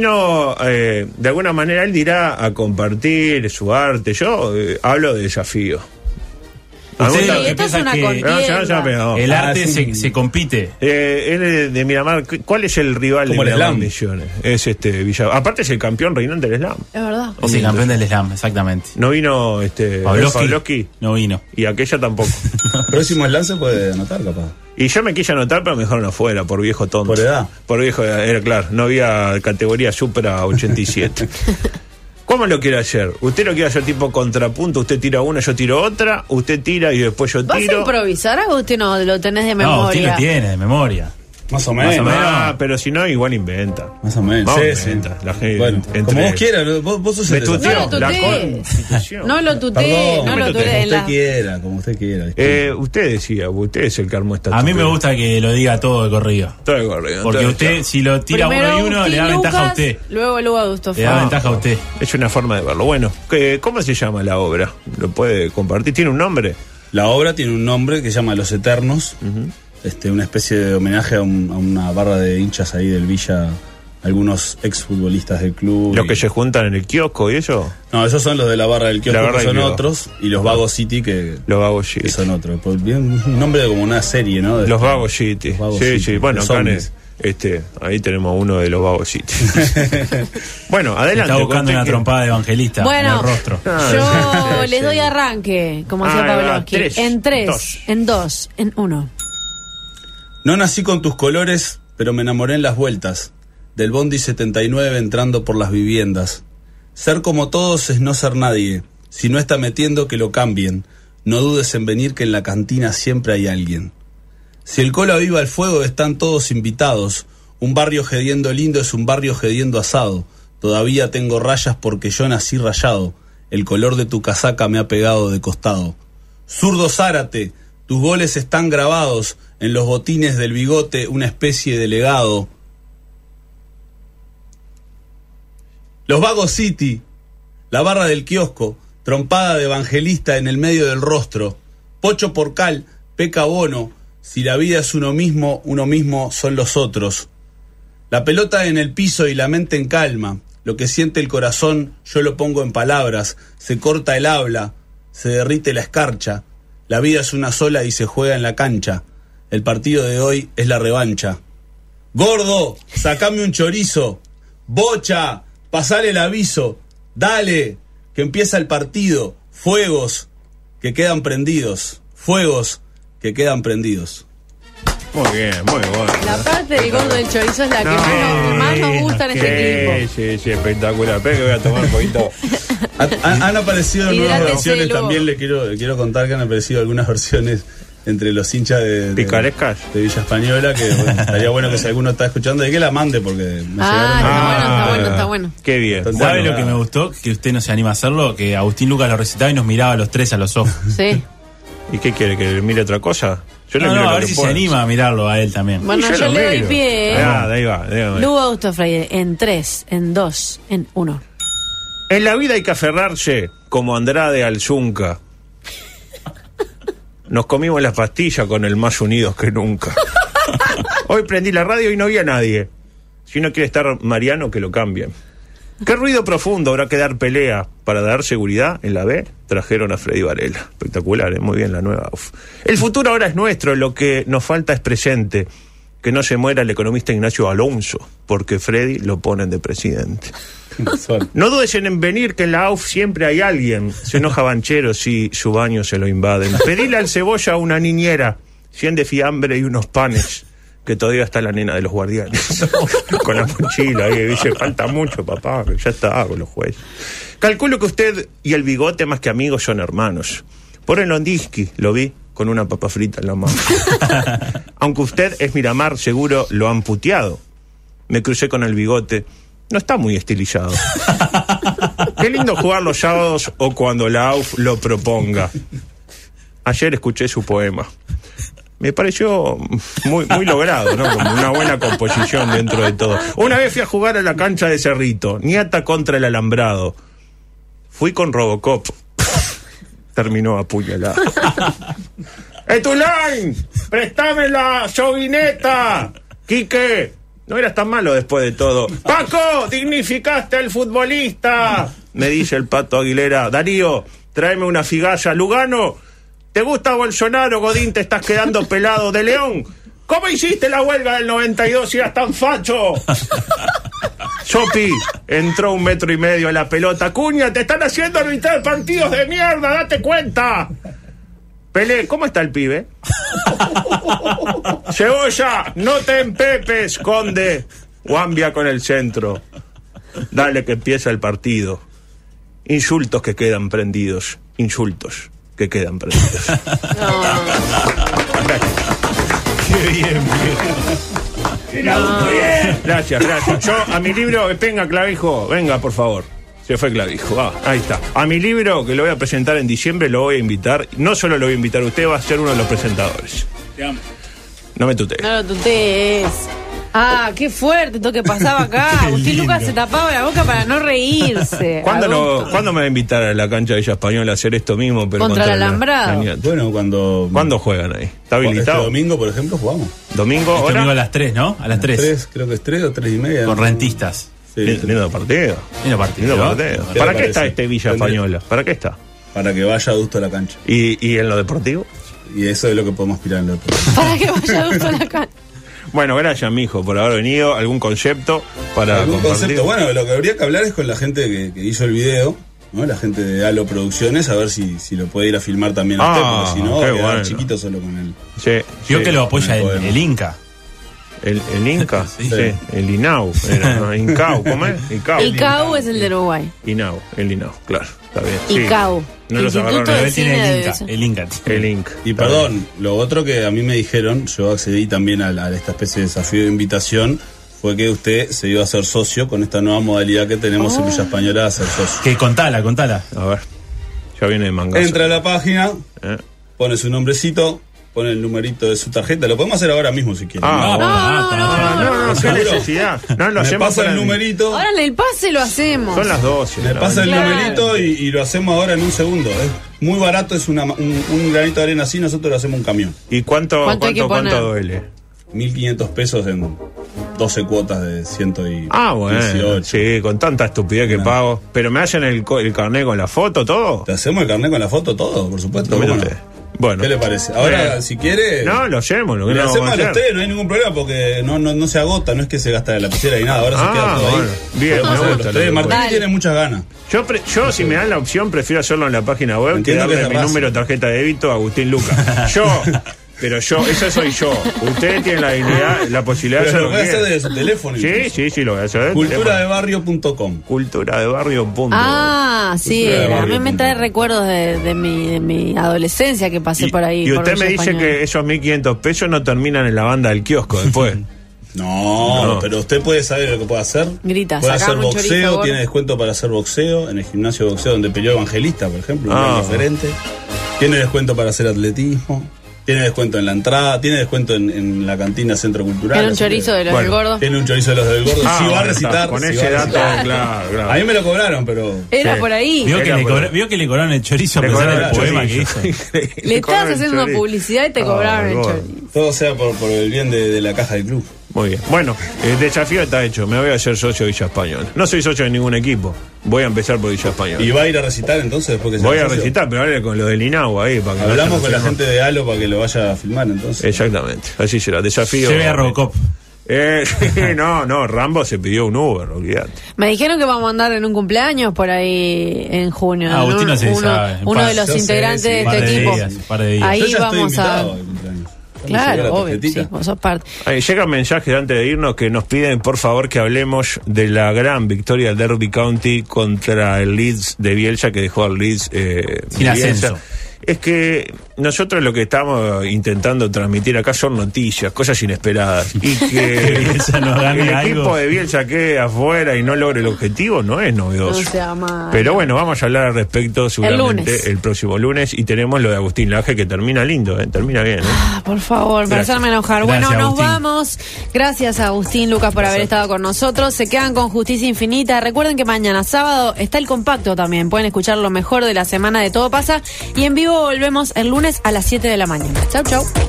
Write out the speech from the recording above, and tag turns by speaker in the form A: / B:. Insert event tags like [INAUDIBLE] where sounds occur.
A: vino, eh, de alguna manera, él dirá, a compartir su arte. Yo eh, hablo de desafío. A mí me
B: Sí,
A: gusta-
B: esto
C: es una
B: que
C: contienda.
A: No, ya- ya me- no.
B: El
D: Ah,
B: arte
D: sí.
B: se, se compite.
A: Eh, él es de Miramar. ¿Cu- ¿Cuál es el rival de
D: Como el
A: Miramar
D: Slam.
A: Misiones? Es este Villa. Aparte es el campeón reinante del Slam.
C: Es verdad.
B: Es el campeón del Islam, exactamente.
A: No vino este
B: Pavlovsky
A: Eh, Pavlovsky
B: no vino.
A: y aquella tampoco.
D: [LAUGHS] Próximo lance puede anotar, capaz.
A: y yo me quise anotar, pero me dejaron afuera por viejo tonto.
D: Por edad.
A: Por viejo, era claro. No había categoría Supra
B: [LAUGHS]
A: 87. ¿Cómo lo quiere hacer? ¿Usted lo quiere hacer tipo contrapunto? ¿Usted tira una, yo tiro otra? ¿Usted tira y después yo
C: ¿Vas a
A: tiro?
C: improvisar, Agustín, o lo tenés de
B: No, usted
C: memoria?
B: lo tiene de memoria.
D: Más o
A: Más o
D: menos.
A: menos. Ah, pero si no, igual inventa.
D: Más o menos.
A: Vamos,
D: sí, sí.
A: inventa, la gente-
D: Bueno,
A: entre-
D: como vos quieras, vos, vos sos
A: Me
D: el
A: tuteó
C: No lo
D: desafío.
A: la
C: tutees.
A: Constitución.
C: No lo tutees,
D: Perdón,
C: no
A: me
C: lo
A: tuteé,
C: tutees.
D: como
C: en
D: usted
C: la-
D: quiera, como usted quiera.
A: Eh, usted decía, usted es el que armó esta
B: A mí me
A: estupidez.
B: gusta que lo diga todo de corrido.
A: Todo el gorrión,
B: Porque
A: todo el
B: usted,
A: chavo.
B: si lo tira
C: Primero
B: uno y uno, le da
C: Agustín
B: ventaja a
C: Lucas,
B: usted.
C: Luego, luego Augusto
B: Le da
C: Fabro.
B: ventaja a usted.
A: Es una forma de verlo. Bueno, ¿qué- ¿cómo se llama la obra? ¿Lo puede compartir? ¿Tiene un nombre?
D: La obra tiene un nombre que se llama Los Eternos, este, una especie de homenaje a, un- a una barra de hinchas ahí del Villa, algunos exfutbolistas del club.
A: ¿Los
D: y-
A: que se juntan en el kiosco y eso?
D: No, esos son los de la barra del kiosco,
A: La barra
D: que
A: del
D: son
A: kiosco.
D: otros, y los Vagos City, que,
A: Los Vagos City.
D: que son otros. Pues bien, un nombre de como una serie, ¿no? De-
A: Los Vagos City.
D: Los Vagos
A: sí,
D: City,
A: sí. Bueno,
D: los
A: acá en-
D: zombies.
A: este, ahí tenemos uno de los Vagos
B: [LAUGHS]
A: City. bueno,
B: Le
A: adelante.
B: está buscando
A: conté
B: una
A: que-
B: trompada de evangelista en
C: Bueno,
B: el rostro.
A: Ah,
C: yo
A: sí,
C: les
A: sí.
C: doy arranque, como
A: Ah,
C: hacía
A: ahí va,
C: Pavlovsky.
A: tres,
C: En tres,
A: dos.
C: en dos, en uno.
D: No nací con tus colores, pero me enamoré en las vueltas. Del Bondi 79 entrando por las viviendas. Ser como todos es no ser nadie. Si no está metiendo, que lo cambien. No dudes en venir, que en la cantina siempre hay alguien. Si el cola viva el fuego, están todos invitados. Un barrio gediendo lindo es un barrio gediendo asado. Todavía tengo rayas porque yo nací rayado. El color de tu casaca me ha pegado de costado. Zurdo Zárate, tus goles están grabados en los botines del bigote, una especie de legado. Los Vagos City, la barra del kiosco, trompada de evangelista en el medio del rostro. Pocho Porcal, peca bono, si la vida es uno mismo, uno mismo son los otros. La pelota en el piso y la mente en calma. Lo que siente el corazón yo lo pongo en palabras. Se corta el habla, se derrite la escarcha. La vida es una sola y se juega en la cancha. El partido de hoy es la revancha. Gordo, sacame un chorizo. Bocha, pasale el aviso. Dale, que empieza el partido. Fuegos que quedan prendidos. Fuegos que quedan prendidos.
A: Muy bien, muy bueno.
C: La parte del gordo del chorizo es la que
A: No,
C: más, nos- más nos gusta en este
A: sí,
C: equipo.
A: sí, sí, espectacular. Espera que voy a tomar un
C: [LAUGHS]
A: poquito.
D: Ha- han, han aparecido nuevas
C: Hidrátese
D: versiones
C: luego.
D: también. Le quiero, le quiero contar que han aparecido algunas versiones entre los hinchas de, de-
A: ¿Picarescas?
D: de Villa Española. Que bueno, estaría bueno que si alguno está escuchando, de que la mande porque me
C: Ah, está bueno, está bueno, está [LAUGHS] bueno.
A: Qué bien.
D: Entonces,
B: ¿Sabe
D: Bueno,
B: lo que me gustó? Que usted no se anima a hacerlo, que Agustín Lucas lo recitaba y nos miraba a los tres a los ojos.
C: Sí.
A: ¿Y qué quiere? ¿Que le mire otra cosa? Yo le
B: No,
A: miro
B: no,
A: lo
B: a ver
A: que
B: si se
A: puedo.
B: anima a mirarlo a él también.
C: Bueno,
A: Y
C: yo
A: lo
C: le doy
A: miro.
C: pie, ¿eh?
A: Ah, ahí va, déjame.
C: Lugo Augusto Freire, en tres, en dos, en uno.
A: En la vida hay que aferrarse como Andrade al Zunca. Nos comimos las pastillas con el más unidos que nunca. Hoy prendí la radio y no vi a nadie. Si no quiere estar Mariano, que lo cambien. ¿Qué ruido profundo habrá que dar pelea para dar seguridad? En la B trajeron a Freddy Varela. Espectacular, ¿eh? muy bien la nueva. Uf. El futuro ahora es nuestro, lo que nos falta es presente. Que no se muera el economista Ignacio Alonso, porque Freddy lo ponen de presidente.
D: Son-
A: No dudes en venir, que en la AUF siempre hay alguien. Se enoja Banchero si su baño se lo invaden. Pedile al cebolla a una niñera, 100 de fiambre y unos panes, que todavía está la nena de los guardianes. [LAUGHS] con la mochila, ahí dice, falta mucho, papá, que ya está con los jueces. Calculo que usted y el bigote, más que amigos, son hermanos. Por el Ondiski lo vi con una papa frita en la mano. Aunque usted es Miramar, seguro lo han puteado. Me crucé con el bigote. No está muy estilizado. Qué lindo jugar los sábados o cuando la AUF lo proponga. Ayer escuché su poema. Me pareció muy, muy logrado, ¿no? Como una buena composición dentro de todo. Una vez fui a jugar a la cancha de Cerrito, Niata contra el alambrado. Fui con Robocop. Terminó apuñalado. ¡Etulain! ¡Prestame la llovineta! ¡Quique! No eras tan malo después de todo. ¡Paco! ¡Dignificaste al futbolista! Me dice el pato Aguilera. Darío, tráeme una figalla. Lugano, ¿te gusta Bolsonaro? Godín, te estás quedando pelado de león. ¿Cómo hiciste la huelga del 92 si eras tan facho? Chopi, entró un metro y medio a la pelota. Cuña, te están haciendo arbitrar partidos de mierda, date cuenta. Pelé, ¿cómo está el pibe? Cebolla, no te empepes, conde. Guambia con el centro. Dale que empieza el partido. Insultos que quedan prendidos. Insultos que quedan
C: [LAUGHS]
A: prendidos.
B: Qué bien,
A: Gracias, gracias. Yo a mi libro, venga Clavijo, venga por favor. Se fue Clavijo, ah, ahí está. A mi libro que lo voy a presentar en diciembre, lo voy a invitar. No solo lo voy a invitar, usted va a ser uno de los presentadores.
B: Te amo.
A: No me tutee.
C: No lo tutees. Ah, qué fuerte lo que pasaba
A: [LAUGHS]
C: acá. Agustín Lucas se tapaba la boca para no reírse.
A: ¿Cuándo, lo-
C: Adulto.
A: ¿Cuándo me va a invitar a la cancha de Villa Española a hacer esto mismo? Pero
C: Contra
A: contra,
C: el
A: la-
C: alambrado.
A: la niña?
D: Bueno, cuando.
A: ¿Cuándo juegan ahí? ¿Está
D: Este
A: habilitado?
D: domingo, por ejemplo, jugamos.
A: ¿Domingo?
B: Este
A: ¿Hora?
B: domingo a las 3, ¿no? A las 3.
D: Tres, creo que es tres o tres y media.
B: Con rentistas.
D: Sí,
A: Lindo-
D: tres.
A: Lindo partido.
B: Lindo partido,
A: Lindo
B: ¿no?
A: partido.
B: ¿Qué
A: ¿Para qué
D: te parece?
A: está este Villa
D: ¿Dónde?
A: Española? ¿Para qué está?
D: Para que vaya adusto a la cancha.
A: ¿Y, y en lo deportivo?
D: Y eso es lo que podemos aspirar en la otra.
C: Para
A: [LAUGHS]
C: que vaya adulto a la cancha.
A: Bueno, gracias, mijo, por haber venido. ¿Algún concepto para
D: ¿Algún
A: compartir?
D: concepto? Bueno, lo que habría que hablar es con la gente que, que hizo el video, ¿no? La gente de Halo Producciones, a ver si, si lo puede ir a filmar también a usted,
A: Ah,
D: porque si no, va
A: qué
D: a quedar
A: bueno.
D: chiquito solo con él.
A: Sí,
B: Yo
A: sí.
B: que lo apoya
D: no
B: el,
D: podemos.
B: el Inca.
A: El, el
D: [LAUGHS]
A: Inca, sí.
B: Sí.
A: el Inau. Era, ¿no? Incau, ¿cómo es? Incau.
C: Icau es el de Uruguay.
A: Inau, el Inau, claro, está bien. sí.
C: Icau.
A: No los
C: Instituto
A: agarraron,
B: Pero
C: de
B: él tiene
C: Cine
B: el
C: de
B: Inca. El Inca.
A: El Inc.
D: Y
A: Está
D: perdón, lo otro que a mí me dijeron, yo accedí también a, la- a esta especie de desafío de invitación, fue que usted se iba a ser socio con esta nueva modalidad que tenemos en Villa Española de ser socio.
B: Que contala, contala.
A: bien. A ver, ya viene de mangazo.
D: Entra a la página,
A: Eh.
D: pone su nombrecito, pone el numerito de su tarjeta, lo podemos hacer ahora mismo si quiere.
A: Ah,
B: No,
A: bueno.
B: no,
A: No, no, no, qué
D: Seguro.
A: necesidad. No, lo
D: me
A: hacemos
D: pasa
A: para
D: el
A: mí.
D: numerito.
C: Ahora en el pase lo hacemos.
A: Son las 12.
D: Me
A: ¿no?
D: pasa el
C: Claro.
D: numerito y, y lo hacemos ahora en un segundo. Es muy barato, es una, ma- un, un granito de arena así, nosotros lo hacemos un camión.
A: ¿Y cuánto, cuánto,
C: ¿Cuánto hay que
A: cuánto,
C: poner?
A: duele?
D: 1.500 pesos en 12 cuotas de 100 y
A: Ah, bueno.
D: 18.
A: Sí, con tanta estupidez que pago. Pero me hacen el, co- el carnet con la foto, todo.
D: Te hacemos el carnet con la foto, todo, por supuesto.
A: Mire
D: ¿cómo no?
A: usted. Bueno.
D: ¿Qué le parece? Ahora,
A: Bien.
D: si quiere,
A: No, lo hacemos, lo que
D: le
A: no vamos
D: hacemos
A: a
D: a los
A: hacer.
D: tres, no hay ningún problema porque no, no, no se agota, no es que se gasta de la piscina y nada, ahora
A: Ah,
D: se queda todo
A: bueno.
D: ahí.
A: Bien,
D: Podemos
A: me
D: hacer
A: gusta
D: los
A: la
D: tres.
A: propuesta.
D: Martín
C: Dale.
D: tiene muchas ganas.
A: Yo, pre- yo si me dan la opción, prefiero hacerlo en la página web que
D: Entiendo que
A: darle
D: es
A: mi
D: raza.
A: número de tarjeta de débito a Agustín
D: [LAUGHS]
A: Lucas. Yo, pero yo, eso soy yo. Ustedes tienen la habilidad, la posibilidad
D: Pero lo
A: de
D: puede hacer
A: hacer
D: desde su teléfono.
A: Sí, sí, sí, lo voy a hacer.
D: Culturadebarrio.com.
A: Cultura de barrio. punto.
C: Ah, sí,
D: Cultura de
C: era. a
D: barrio.
C: mí me trae recuerdos de, de mi, de mi adolescencia que pasé
A: Y,
C: por ahí.
A: y
C: por
A: usted me
C: Villa
A: dice
C: Española.
A: que esos 1.500 pesos no terminan en la banda del kiosco después.
D: No,
A: No.
D: pero usted puede saber lo que puede hacer.
C: Grita,
D: puede hacer
C: sacame un
D: boxeo,
C: chorizo, gordo.
D: tiene descuento para hacer boxeo en el gimnasio de boxeo donde peleó Evangelista, por ejemplo, un
A: Ah.
D: gran referente. Tiene descuento para hacer atletismo. Tiene descuento en la entrada, tiene descuento en, en la cantina Centro Cultural.
C: Era un
D: así que-
C: chorizo de los
A: Bueno,
C: gordos.
D: Tiene un chorizo de los del gordo.
A: Ah,
D: si va a
A: bueno,
D: recitar.
A: está, Con
D: si va
A: ese
D: a
A: dato,
D: recitar.
A: claro, claro.
D: A mí me lo cobraron, pero.
C: Era
A: Sí.
C: por ahí.
B: Vio que,
A: Era
B: le
A: por
B: cobra-
A: ahí.
B: vio que le cobraron el chorizo a
A: Le
B: pesar
A: cobraron
B: del
A: el
B: poema que
A: chorizo.
B: hizo.
A: [LAUGHS] Le
C: Le estás
A: cobraron el
C: haciendo
A: chorizo.
C: publicidad y te cobraron
A: Ah,
C: el
A: gordo.
C: chorizo.
D: Todo sea por, por el bien de, de la caja del club.
A: Muy bien. Bueno, el desafío está hecho. Me voy a hacer socio de Villa Española. No soy socio de ningún equipo. Voy a empezar por Villa Española.
D: ¿Y va a ir a recitar entonces después que se
A: Voy a
D: anuncie?
A: recitar, pero ahora con lo del Inagua ahí. Para que no
D: Hablamos
A: se
D: con la
A: nos
D: gente de Halo para que lo vaya a filmar entonces.
A: firme. Exactamente. Así será. Desafío.
B: Lleve a Robocop.
A: Eh, [LAUGHS] sí, no, no. Rambo se pidió un Uber, olvídate.
C: Me dijeron que vamos a andar en un cumpleaños por ahí en junio.
B: Ah, Agustín
C: uno,
B: no se
C: uno-
B: sabe.
C: uno de
B: Yo
C: los
D: sé,
C: integrantes
D: sí.
C: de
B: Un par
C: este
B: de
C: equipo.
B: días, un par de días.
C: Ahí
D: Yo ya estoy
C: vamos a.
D: invitado al cumpleaños. Ya me llegó
C: Claro,
D: la
C: obvio,
D: tarjetita.
C: sí, vos sos parte.
A: Ahí llegan mensajes antes de irnos que nos piden, por favor, que hablemos de la gran victoria del Derby County contra el Leeds de Bielsa, que dejó al Leeds eh,
B: Sin
A: Bielsa.
B: ascenso.
A: Es que nosotros lo que estamos intentando transmitir acá son noticias, cosas inesperadas.
B: [LAUGHS]
A: Y
B: Que
A: que
B: Bielsa nos gane
A: el
B: algo.
A: equipo de Bielsa quede afuera y no logre el objetivo no es novedoso.
C: No sea malo.
A: Pero bueno, vamos a hablar al respecto seguramente
C: lunes.
A: el, próximo lunes. Y tenemos lo de Agustín Laje, que termina lindo, eh, termina bien. eh.
C: Ah, por favor, para
A: Gracias.
C: hacerme enojar.
B: Gracias,
C: bueno, nos
B: Agustín.
C: vamos. Gracias, Agustín Lucas, por haber estado con nosotros. Se quedan con Justicia Infinita. Recuerden que mañana, sábado, está el compacto también. Pueden escuchar lo mejor de la semana de Todo Pasa. Y en vivo volvemos el lunes a las 7 de la mañana. Chau, chau.